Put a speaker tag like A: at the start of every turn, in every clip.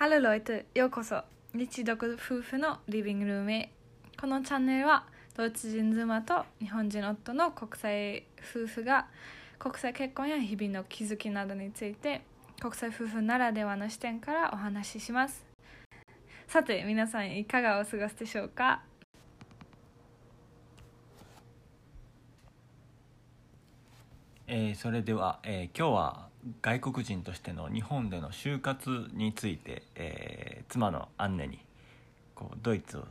A: Leute! ようこそ日独夫婦のリビングルームへこのチャンネルはドイツ人妻と日本人夫の国際夫婦が国際結婚や日々の気づきなどについて国際夫婦ならではの視点からお話ししますさて皆さんいかがお過ごしでしょうか
B: えーそれでは、えー今日は外国人としての日本での就活について、えー妻のアンネにこうドイツを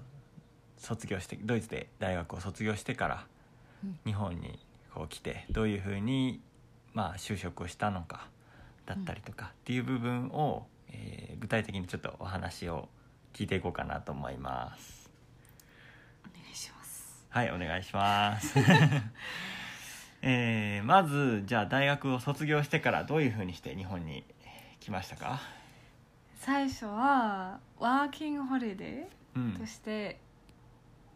B: 卒業してドイツで大学を卒業してから
C: うん
B: 日本にこう来てどういうふうに、まあ、就職をしたのかだったりとかっていう部分を、えー具体的にちょっとお話を聞いていこうかなと思います。
C: お願いします
B: はい、お願いし ます。えーまず、じゃあ大学を卒業してからどういうふうにして日本に来ましたか
A: 最初はワーキングホリデー
B: うん
A: と。して、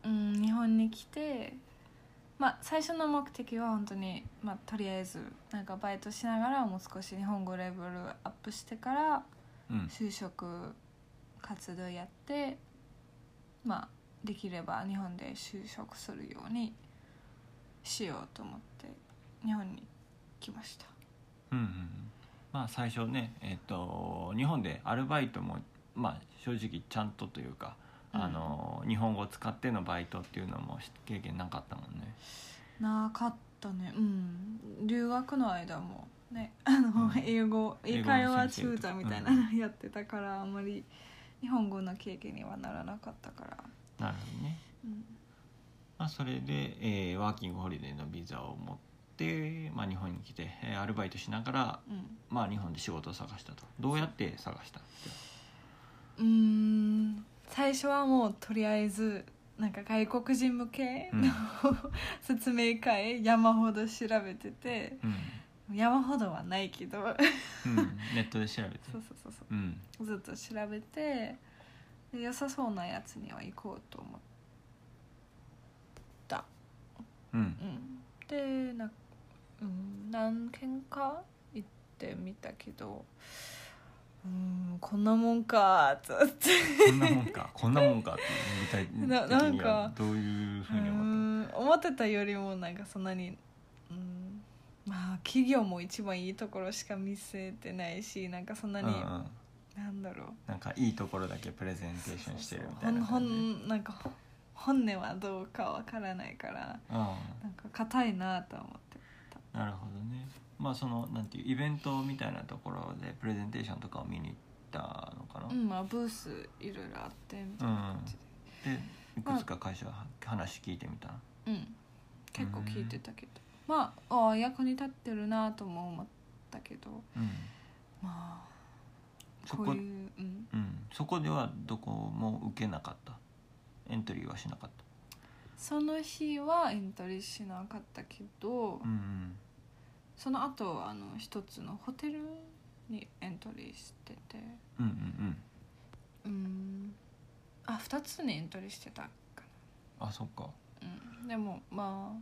A: うん、日本に来て、まあ、最初の目的は本当にまあ、とりあえずなんかバイトしながらもう少し日本語レベルアップしてから
B: うん。
A: 就職活動やって、まあ、できれば日本で就職するようにしようと思って日本に来ました。
B: うんうん。まあ最初ね、えっ、と、日本でアルバイトも、まあ正直ちゃんとというか、
A: うん
B: あの、日本語を使ってのバイトっていうのも経験なかったもんね。
A: なかったねうん留学の間もねあの、
B: うん
A: 英語英
B: 英語の
A: 会話チ
B: 先
A: ュー
B: 生と
A: タ
B: か
A: ーみたいなのやってたから、あんまり日本語の経験にはならなかったから、
B: なるほどね。
A: うん、
B: まあそれで、えーワーキングホリデーのビザを持って、まあ日本に来て、えーアルバイトしながら
A: うん
B: まあ、日本で仕事を探したとどうやって探した
A: うーん最初はもうとりあえずなんか外国人向けの、
B: うん
A: 説明会山ほど調べてて
B: うん、
A: 山ほどはないけ ど
B: うん、ネットで調べて
A: そうそうそうそう
B: うん
A: ずっと調べてで良さそうなやつには行こうと思って。
B: うん
A: うん、でな、うん、何軒か行ってみたけどうんこんなもんかつって
B: こんなもん かこんなもんかっていう具
A: な
B: 体
A: な
B: 的
A: ん
B: に
A: か
B: はどういうふうに
A: う
B: 思っ
A: ん思ってたよりもなんかそんなに、うん、まあ企業も一番いいところしか見せてないしなんかそん
B: た
A: な
B: うん
A: に、
B: うん
A: なんだろう
B: なんかいいところだけプレゼンテーションしてるみた
A: ほ
B: い
A: ん
B: な
A: ほ
B: 感じうん
A: んなんか本音はどうかわからないからなんか硬いなとは思って
B: なるほどねまあそのなんていうイベントみたいなところでプレゼンテーションとかを見に行ったのかな、
A: うんまあブースいろいろあってみたいな感じで。
B: でいくつか会社は話聞いてみた
A: うん結構聞いてたけどまあああ役に立ってるなとも思ったけど
B: うん、
A: まあ
B: そ
A: こ
B: こ
A: ういう、うん、
B: うん、そこではどこも受けなかったエントリーはしなかった
A: その日はエントリーしなかったけど、
B: うん
A: その後あの一つのホテルにエントリーしてて
B: うんうんうんうん
A: うんあ二つにエントリーしてたか
B: あそっか
A: な、うん、でもまあ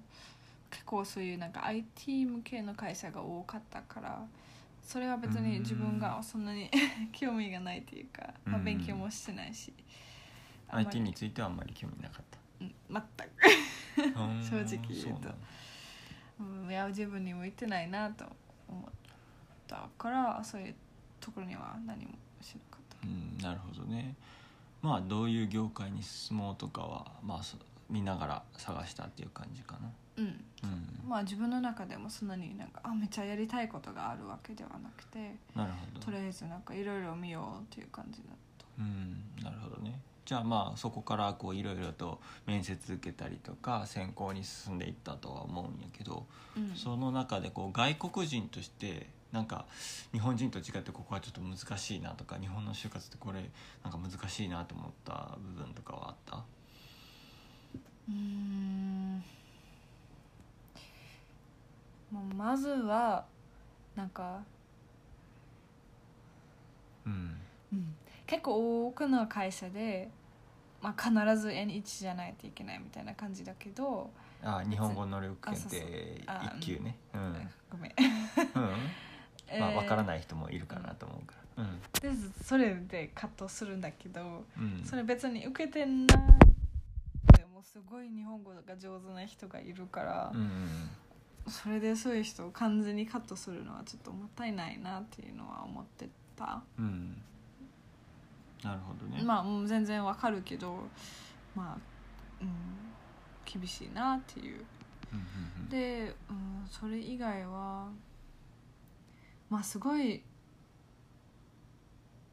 A: 結構そういうなんか IT 向けの会社が多かったからそれは別に自分がそんなに 興味がないというか、まあ、
B: うん
A: 勉強もしてないし、あんまり
B: IT についてはあんまり興味なかった
A: うん全く 正
B: 正
A: 直言うとうんいや自分に向いてないなと思ったからそういうところには何もしなかった
B: うんなるほどねまあどういう業界に進もうとかはまあそ見ながら探したっていう感じかな
A: うん
B: うん
A: まあ自分の中でもそんなになんかあめっちゃやりたいことがあるわけではなくて
B: なるほ
A: と
B: ど
A: りあえずなんかいろいろ見ようっていう感じだった
B: うんなるほどねじゃあまあそこからこういろいろと面接受けたりとか選考に進んでいったとは思うんやけど、
A: うん
B: その中でこう外国人としてなんか日本人と違ってここはちょっと難しいなとか日本の就活ってこれなんか難しいなと思った部分とかはあった
A: うーんもうまずはなんか、
B: うん
A: うん、結構多くの会社で、まあ、必ず N1 じゃないといけないみたいな感じだけど、
B: あ日本語能力検
A: あ
B: 定
A: そうそうあ
B: 1級ねうん、うん
A: ごめん、
B: まあ、分から
A: い
B: ない人もいるかなと思うから、うん
A: でそれで葛藤するんだけど
B: うん
A: それ別に受けてんなでもすごい日本語が上手な人がいるから、
B: うんうん
A: それでそういう人を完全にカットするのはちょっともったいないなっていうのは思ってた、
B: うんなるほどね、
A: まあもう全然わかるけどまあうん厳しいなっていう
B: うんうんうん
A: で、うん、それ以外はまあすごい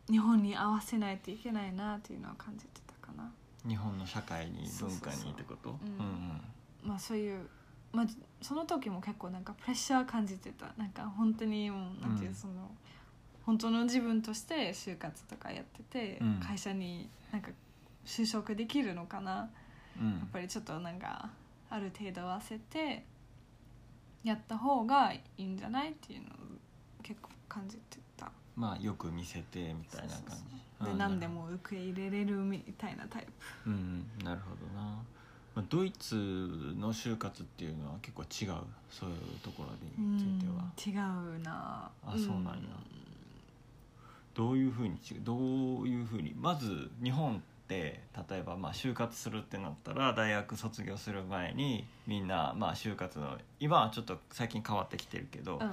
A: 日本に合わせないといけないなっていうのは感じてたかな。
B: 日本の社会に
A: そう
B: 文
A: そうそう
B: 化にってこと
A: うん
B: うんうん
A: まあそういう、まあ、その時も結構なんかプレッシャー感じてたなんか本当にもうなんていう、
B: うん
A: その本当の自分として就活とかやってて、
B: うん
A: 会社になんか就職できるのかな、
B: うん
A: やっぱりちょっとなんかある程度合わせてやった方がいいんじゃないっていうのを結構感じてた。
B: まあよく見せてみたいな
A: そう
B: 感
A: そう
B: じ
A: そうで
B: うん
A: 何でも受け入れれるみたいなタイ
B: うんうんなるほどな、まあ、ドイツの就活っていうのは結構違うそういうところ
A: プ
B: については
A: うん違うな
B: あそうなんやどういうふうに違うどういうふうにまず日本って例えばまあ就活するってなったら大学卒業する前にみんなまあ就活の今はちょっと最近変わってきてるけど、
A: うんうん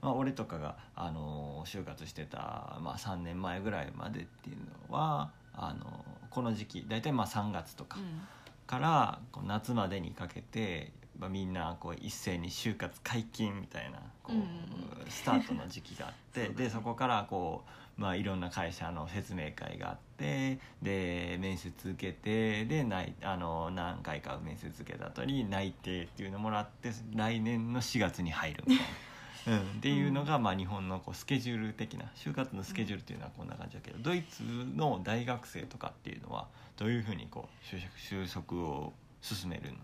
B: まあ、俺とかが、あのー就活してた、まあ、3年前ぐらいまでっていうのはあのーこの時期大体まあ3月とか
A: うん
B: からこう夏までにかけて、まあ、みんなこう一斉に就活解禁みたいなこう、
A: うん
B: スタートの時期があっ
A: そうだ
B: て
A: ね
B: でそこからこう、まあ、いろんな会社の説明会があってで面接受けてで内あの何回か面接受けた後に内定っていうのもらって来年の4月に入るみたいな。うん、っていうのが、まあ、日本のこうスケジュール的な就活のスケジュールっていうのはこんな感じだけど、ドイツの大学生とかっていうのはどういうふうにこう就職就職を進めるの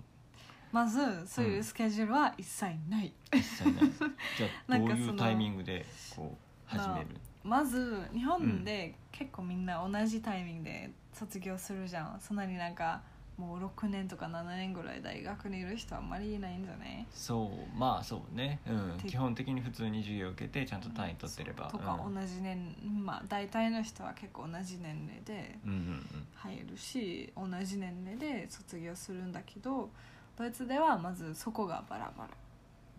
A: まずそういうスケジュールは一切ない、
B: 実際ないじゃあ
A: なん
B: どう
A: か
B: い
A: そうの
B: タイミングでこう始める
A: まず日本で結構みんな同じタイミングで卒業するじゃんそんなになんかもう6年とか7年ぐらい大学にいる人はあんまりいないんじゃない
B: そうまあそうね、うん、
A: て
B: 基本的に普通に授業を受けてちゃんと単位取ってれば
A: とか
B: うん、
A: 同じ年、まあ大体の人は結構同じ年齢で
B: うんうん
A: 入るし同じ年齢で卒業するんだけどドイツではまずそこがバラバ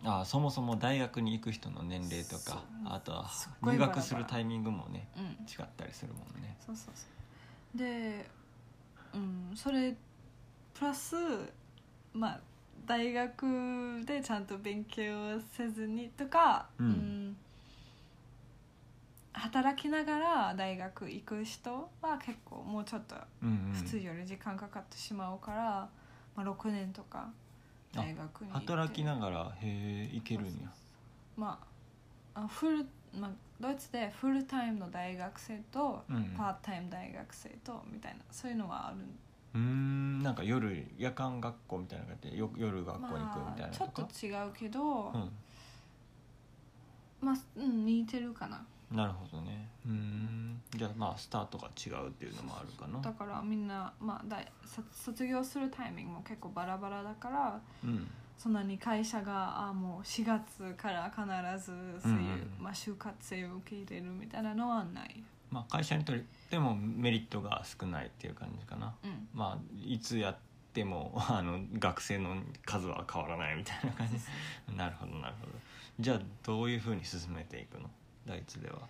A: ラ
B: うんあそもそも大学に行く人の年齢と
A: そう
B: かあとは
A: すっごい
B: 入
A: バラバラ
B: 学するタイミングもね
A: うん
B: 違ったりするもんね
A: そうそうそうでうんそれプラスまあ大学でちゃんと勉強せずにとか、
B: うん
A: ん働きながら大学行く人は結構もうちょっと
B: うんうん
A: 普通より時間かかってしまうから、まあ、6年とか大学に行って
B: 働きながらへえ行けるんや
A: まああフル、まあ、ドイツでフルタイムの大学生と
B: うんうん
A: パートタイム大学生とみたいなそういうのはある
B: うーんなんか夜夜間学校みたいなのがあってよ夜学校に行くみたい
A: ま
B: な
A: あ、
B: と
A: ちょ
B: か
A: っ、と違うけど、
B: うん
A: まあうん似てるかな
B: なるほどねうーんじゃあまあスタートが違うっていうのもあるかな
A: だからみんな、まあ、大卒卒業するタイミングも結構バラバラだから
B: うん
A: そんなに会社があもう4月から必ずそういう、
B: うんうん
A: まあ、就活生を受け入れるみたいなのはない、
B: まあ会社にとってもメリットが少ないっていう感じかな
A: うん、
B: まあいつやっても あの学生の数は変わらないみたいな感じ なるほどなるほどじゃあどういうふうに進めていくの第一では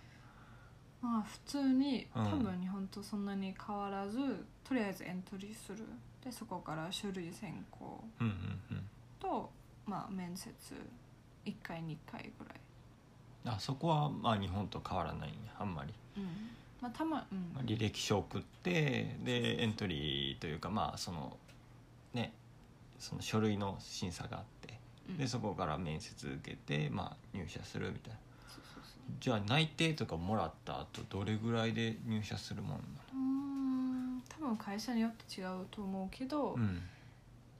A: まあ普通に
B: う
A: 多
B: ん
A: 分日本とそんなに変わらず、とりあえずエントリーするでそこから書類選考
B: うんうんうん
A: と、まあ、面接1回2回ぐらい、
B: あそこはまあ日本と変わらないんやあんまり
A: うんまあたまうん、
B: まあ履歴書送ってでエントリーというかまあそのねその書類の審査があって
A: うん
B: でそこから面接受けて、まあ、入社するみたいな
A: そうそうそう
B: じゃあ内定とかもらった後どれぐらいで入社するもん
A: うーん多分会社によって違うと思うけど、
B: なのうん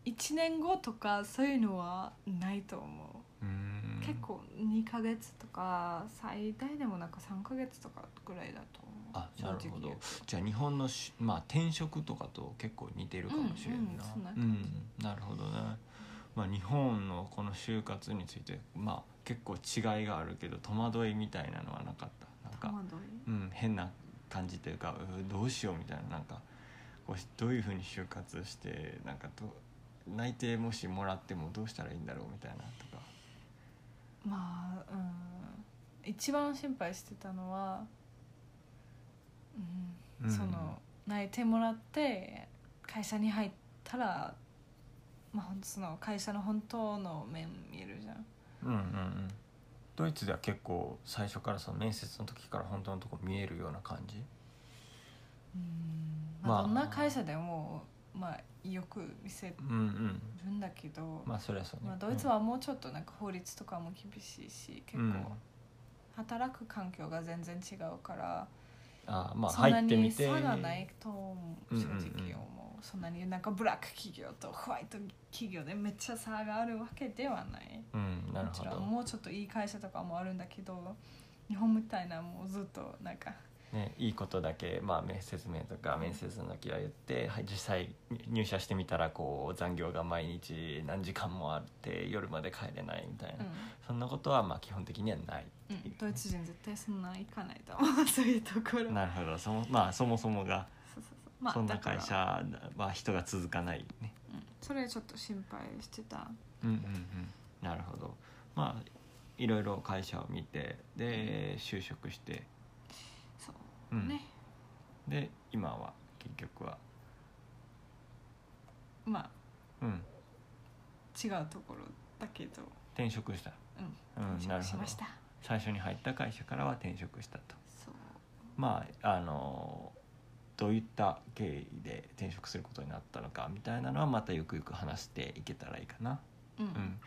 A: 1年後とかそういうのはないと思
B: うーん
A: う、結構2ヶ月とか最大でもなんか3ヶ月とかぐらいだと思う
B: あなるほ
A: 言う
B: ど
A: と
B: じゃあ日本のし、まあ、転職とかと結構似てるかもしれんな
A: うんうんそんな
B: う
A: 感
B: んなるほどね、まあ、日本のこの就活について、まあ、結構違いがあるけど戸惑いみたいなのはなかったなん
C: 戸
B: か
C: 惑い
B: うん、変な感じというかうーどうしようみたいななんかこうしどういうふうに就活してなんかと内定もしもらってもどうしたらいいんだろうみたいなとか
A: まあうん一番心配してたのは、うん
B: うん
A: その内定もらって会社に入ったら、まあ、ほんとその会社の本当の面見えるじゃん
B: うんうんうんドイツでは結構最初からその面接の時から本当のとこ見えるような感じ
A: まあ
B: まあ
A: どんな会社でも、まあ、よく見せ
B: うんうん
A: るんだけど、ま
B: まあそれはそう
A: あ
B: ね、
A: ドイツはもうちょっとなんか法律とかも厳しいし結
B: うん
A: 構働く環境が全然違うから、
B: あまあ
A: そんな
B: 入ってみ
A: に
B: て
A: 差がないと思う
B: うん
A: 正
B: うんうん
A: 直思う,、そんなになんかブラック企業とホワイト企業でめっちゃ差があるわけではない。
B: うんなる
A: もち
B: ほ
A: ろ
B: ど
A: んもうちょっといい会社とかもあるんだけど日本みたいなもうずっとなんか
B: ね、いいことだけ、まあ、面接面とか面接の時は言って、はい、実際に入社してみたらこう残業が毎日何時間もあって夜まで帰れないみたいな、
A: う
B: そんなことはまあ基本的にはない
A: ん、うん、ドイツ人絶対そんな行かないと思うそういうところ
B: なるほどそも,、まあ、そもそもが
A: そうそうそうまあ
B: そんな
A: だから
B: 会社は人が続かないね。
A: うん、それちょっと心配してた
B: うんうんうん、なるほどまあいろいろ会社を見てで就職して、
C: そう
B: うん
C: ね
B: で今は結局は、
A: まあ
B: うん、
A: 違うところだけど
B: 転職した、
A: う
B: うんん
A: 転
B: なる
A: 職し
B: ほど
A: ました
B: 最初に入った会社からは転職したと。
C: そう
B: まああのどういった経緯で転職することになったのかみたいなのはまたゆくゆく話していけたらいいかな。
A: うん
B: うん、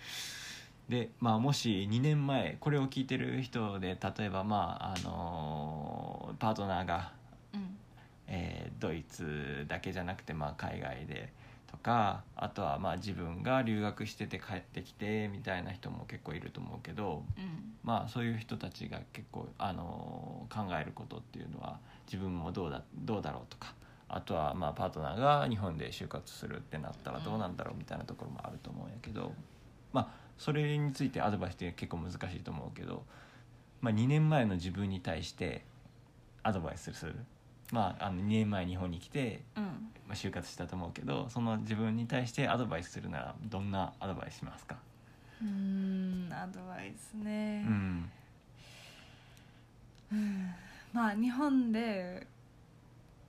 B: で、まあ、もし2年前これを聞いてる人で例えば、まああのパートナーが、
A: うん
B: えードイツだけじゃなくて、まあ、海外でとかあとはまあ自分が留学してて帰ってきてみたいな人も結構いると思うけど、
A: うん
B: まあ、そういう人たちが結構、あの考えることっていうのは自分もどうだどうだろうとかあとはまあパートナーが日本で就活するってなったらどうなんだろうみたいなところもあると思うんやけど、まあ、それについてアドバイスって結構難しいと思うけど、まあ、2年前の自分に対してアドバイスする。まあ、あの2年前日本に来て、
A: うん
B: まあ、就活したと思うけどその自分に対してアドバイスするならどんなアドバイスしますか、
A: うーんアドバイスね、
B: うん
A: まあ日本で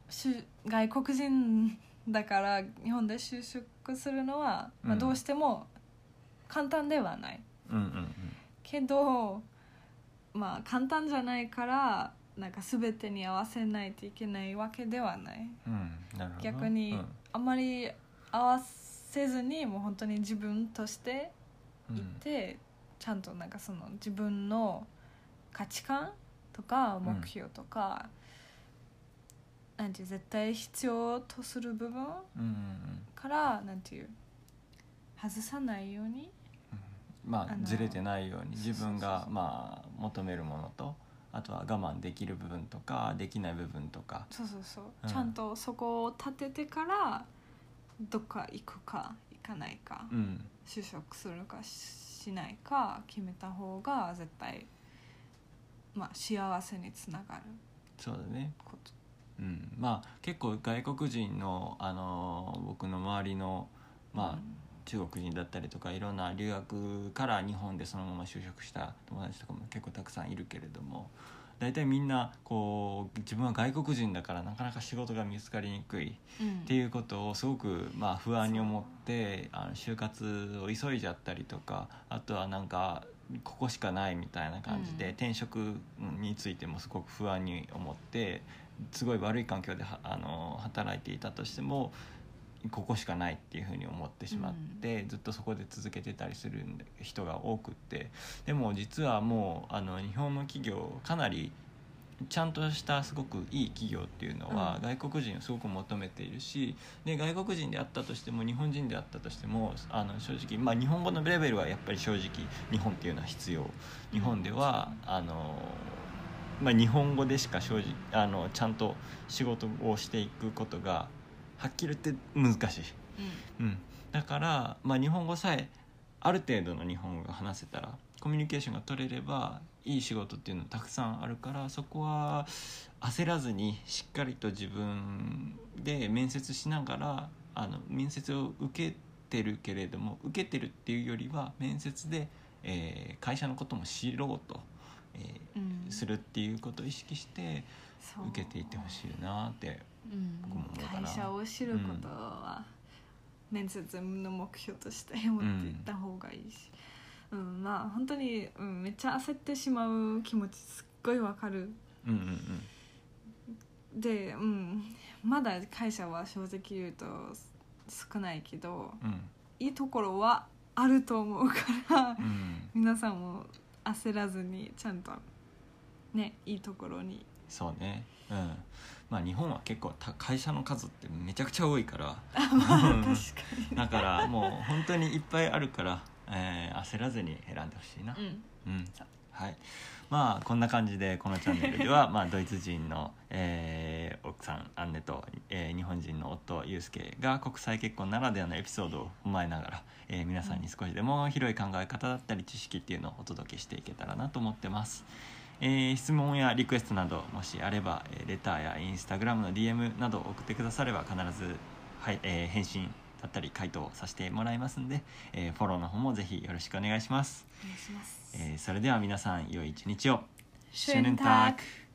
A: しゅ外国人だから日本で就職するのは、ま
B: う
A: あ、
B: ん
A: どうしても簡単ではない、
B: うんうんうん
A: けどまあ簡単じゃないからなんか全てに合わせないといけないわけではない
B: うんなるほど
A: 逆に
B: うん
A: あんまり合わせずにもう本当に自分として
B: うん
A: いて、ちゃんとなんかその自分の価値観とか
B: うん
A: 目標とか、なんていう絶対必要とする部分
B: うんうん
A: からなんていう外さないように
B: うん、ま
A: あ
B: あ
A: の
B: ずれてないように自
A: そ
B: 分
A: うそうそう
B: が
A: そう
B: まあ求めるものとあとは我慢できる部分とかできない部分とか
A: そうそうそう、
B: うん
A: ちゃんとそこを立ててからどっか行くか行かないか、
B: うん
A: 就職するかししないか決めた方が絶対まあ幸せにつながる
B: そうだね
A: こと
B: うんまあ結構外国人のあのー僕の周りのまあ、中国人だったりとかいろんな留学から日本でそのまま就職した友達とかも結構たくさんいるけれども大体みんなこう自分は外国人だからなかなか仕事が見つかりにくい
A: うん
B: っていうことをすごくまあ不安に思ってあの就活を急いじゃったりとかあとはなんかここしかないみたいな感じで、
A: うん
B: 転職についてもすごく不安に思ってすごい悪い環境ではあの働いていたとしてもここしかないっていうふうに思ってしまって、ずっとそこで続けてたりするんで人が多くってでも実はもうあの日本の企業かなりちゃんとしたすごくいい企業っていうのは
A: うん
B: 外国人をすごく求めているし、で外国人であったとしても日本人であったとしてもあの正直、まあ、日本語のレベルはやっぱり正直日本っていうのは必要日本ではあの、まあ、日本語でしか正直あのちゃんと仕事をしていくことがはっきり言って難しい。
A: うん
B: うん、だから、まあ、日本語さえある程度の日本語が話せたらコミュニケーションが取れればいい仕事っていうのたくさんあるからそこは焦らずにしっかりと自分で面接しながらあの面接を受けてるけれども受けてるっていうよりは面接で、えー会社のことも知ろうと、えー
A: うん
B: するっていうことを意識して
A: そう
B: 受けていってほしいなって
A: うん
B: 僕も思うか
A: 会
B: な
A: 社を知ることは面接の目標として持っていった方がいいし、うんまあ本当に、うん、めっちゃ焦ってしまう気持ちすっごいわかる
B: うんうんうん
A: で、うん、まだ会社は正直言うと少ないけど
B: うん
A: いいところはあると思うから
B: うん
A: 皆さんも焦らずにちゃんとねいいところに
B: そうねうんまあ日本は結構た会社の数ってめちゃくちゃ多いから
A: 確かに
B: だからもう本当にいっぱいあるから、えー焦らずに選んでほしいな、
A: うん
B: うんはいまあこんな感じでこのチャンネルでは まあドイツ人の、えー奥さんアンネと、えー日本人の夫ユウスケが国際結婚ならではのエピソードを踏まえながら、えー皆さんに少しでも広い考え方だったり知識っていうのをお届けしていけたらなと思ってます。えー質問やリクエストなどもしあれば、えーレターやインスタグラムの DM など送ってくだされば必ず、はいえー返信だったり回答させてもらいますんで、えーフォローの方もぜひよろしくお願いします。
A: お願いします
B: えーそれでは皆さん良い一日を
A: schönen Tag.